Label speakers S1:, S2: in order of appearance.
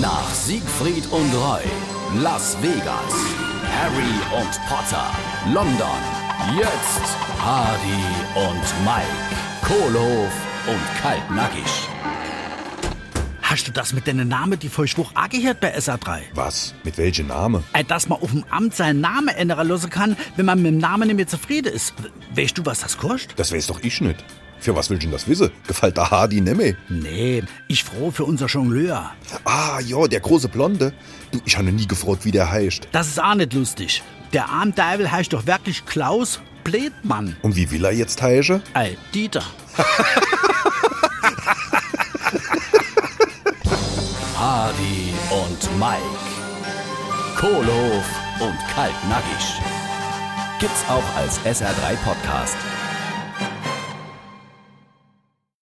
S1: Nach Siegfried und Roy, Las Vegas, Harry und Potter, London, jetzt Hardy und Mike, Kohlhof und Kaltnackig.
S2: Hast du das mit deinen Namen, die voll Schwuch auch gehört bei SA3?
S3: Was? Mit welchem Namen?
S2: Äh, Dass man auf dem Amt seinen Namen ändern lassen kann, wenn man mit dem Namen nicht mehr zufrieden ist. Weißt du, was das kostet?
S3: Das weiß doch ich nicht. Für was willst du denn das wissen? Gefällt der Hardy nemme?
S2: Nee, ich froh für unser Jongleur.
S3: Ah, ja, der große Blonde. Du, ich habe noch nie gefragt, wie der heißt.
S2: Das ist auch nicht lustig. Der arme Teufel heißt doch wirklich Klaus Bledmann.
S3: Und wie will er jetzt heißen?
S2: Ey, Dieter.
S1: Hardy und Mike, Kohlhof und Kaltnackig. Gibt's auch als SR3 Podcast.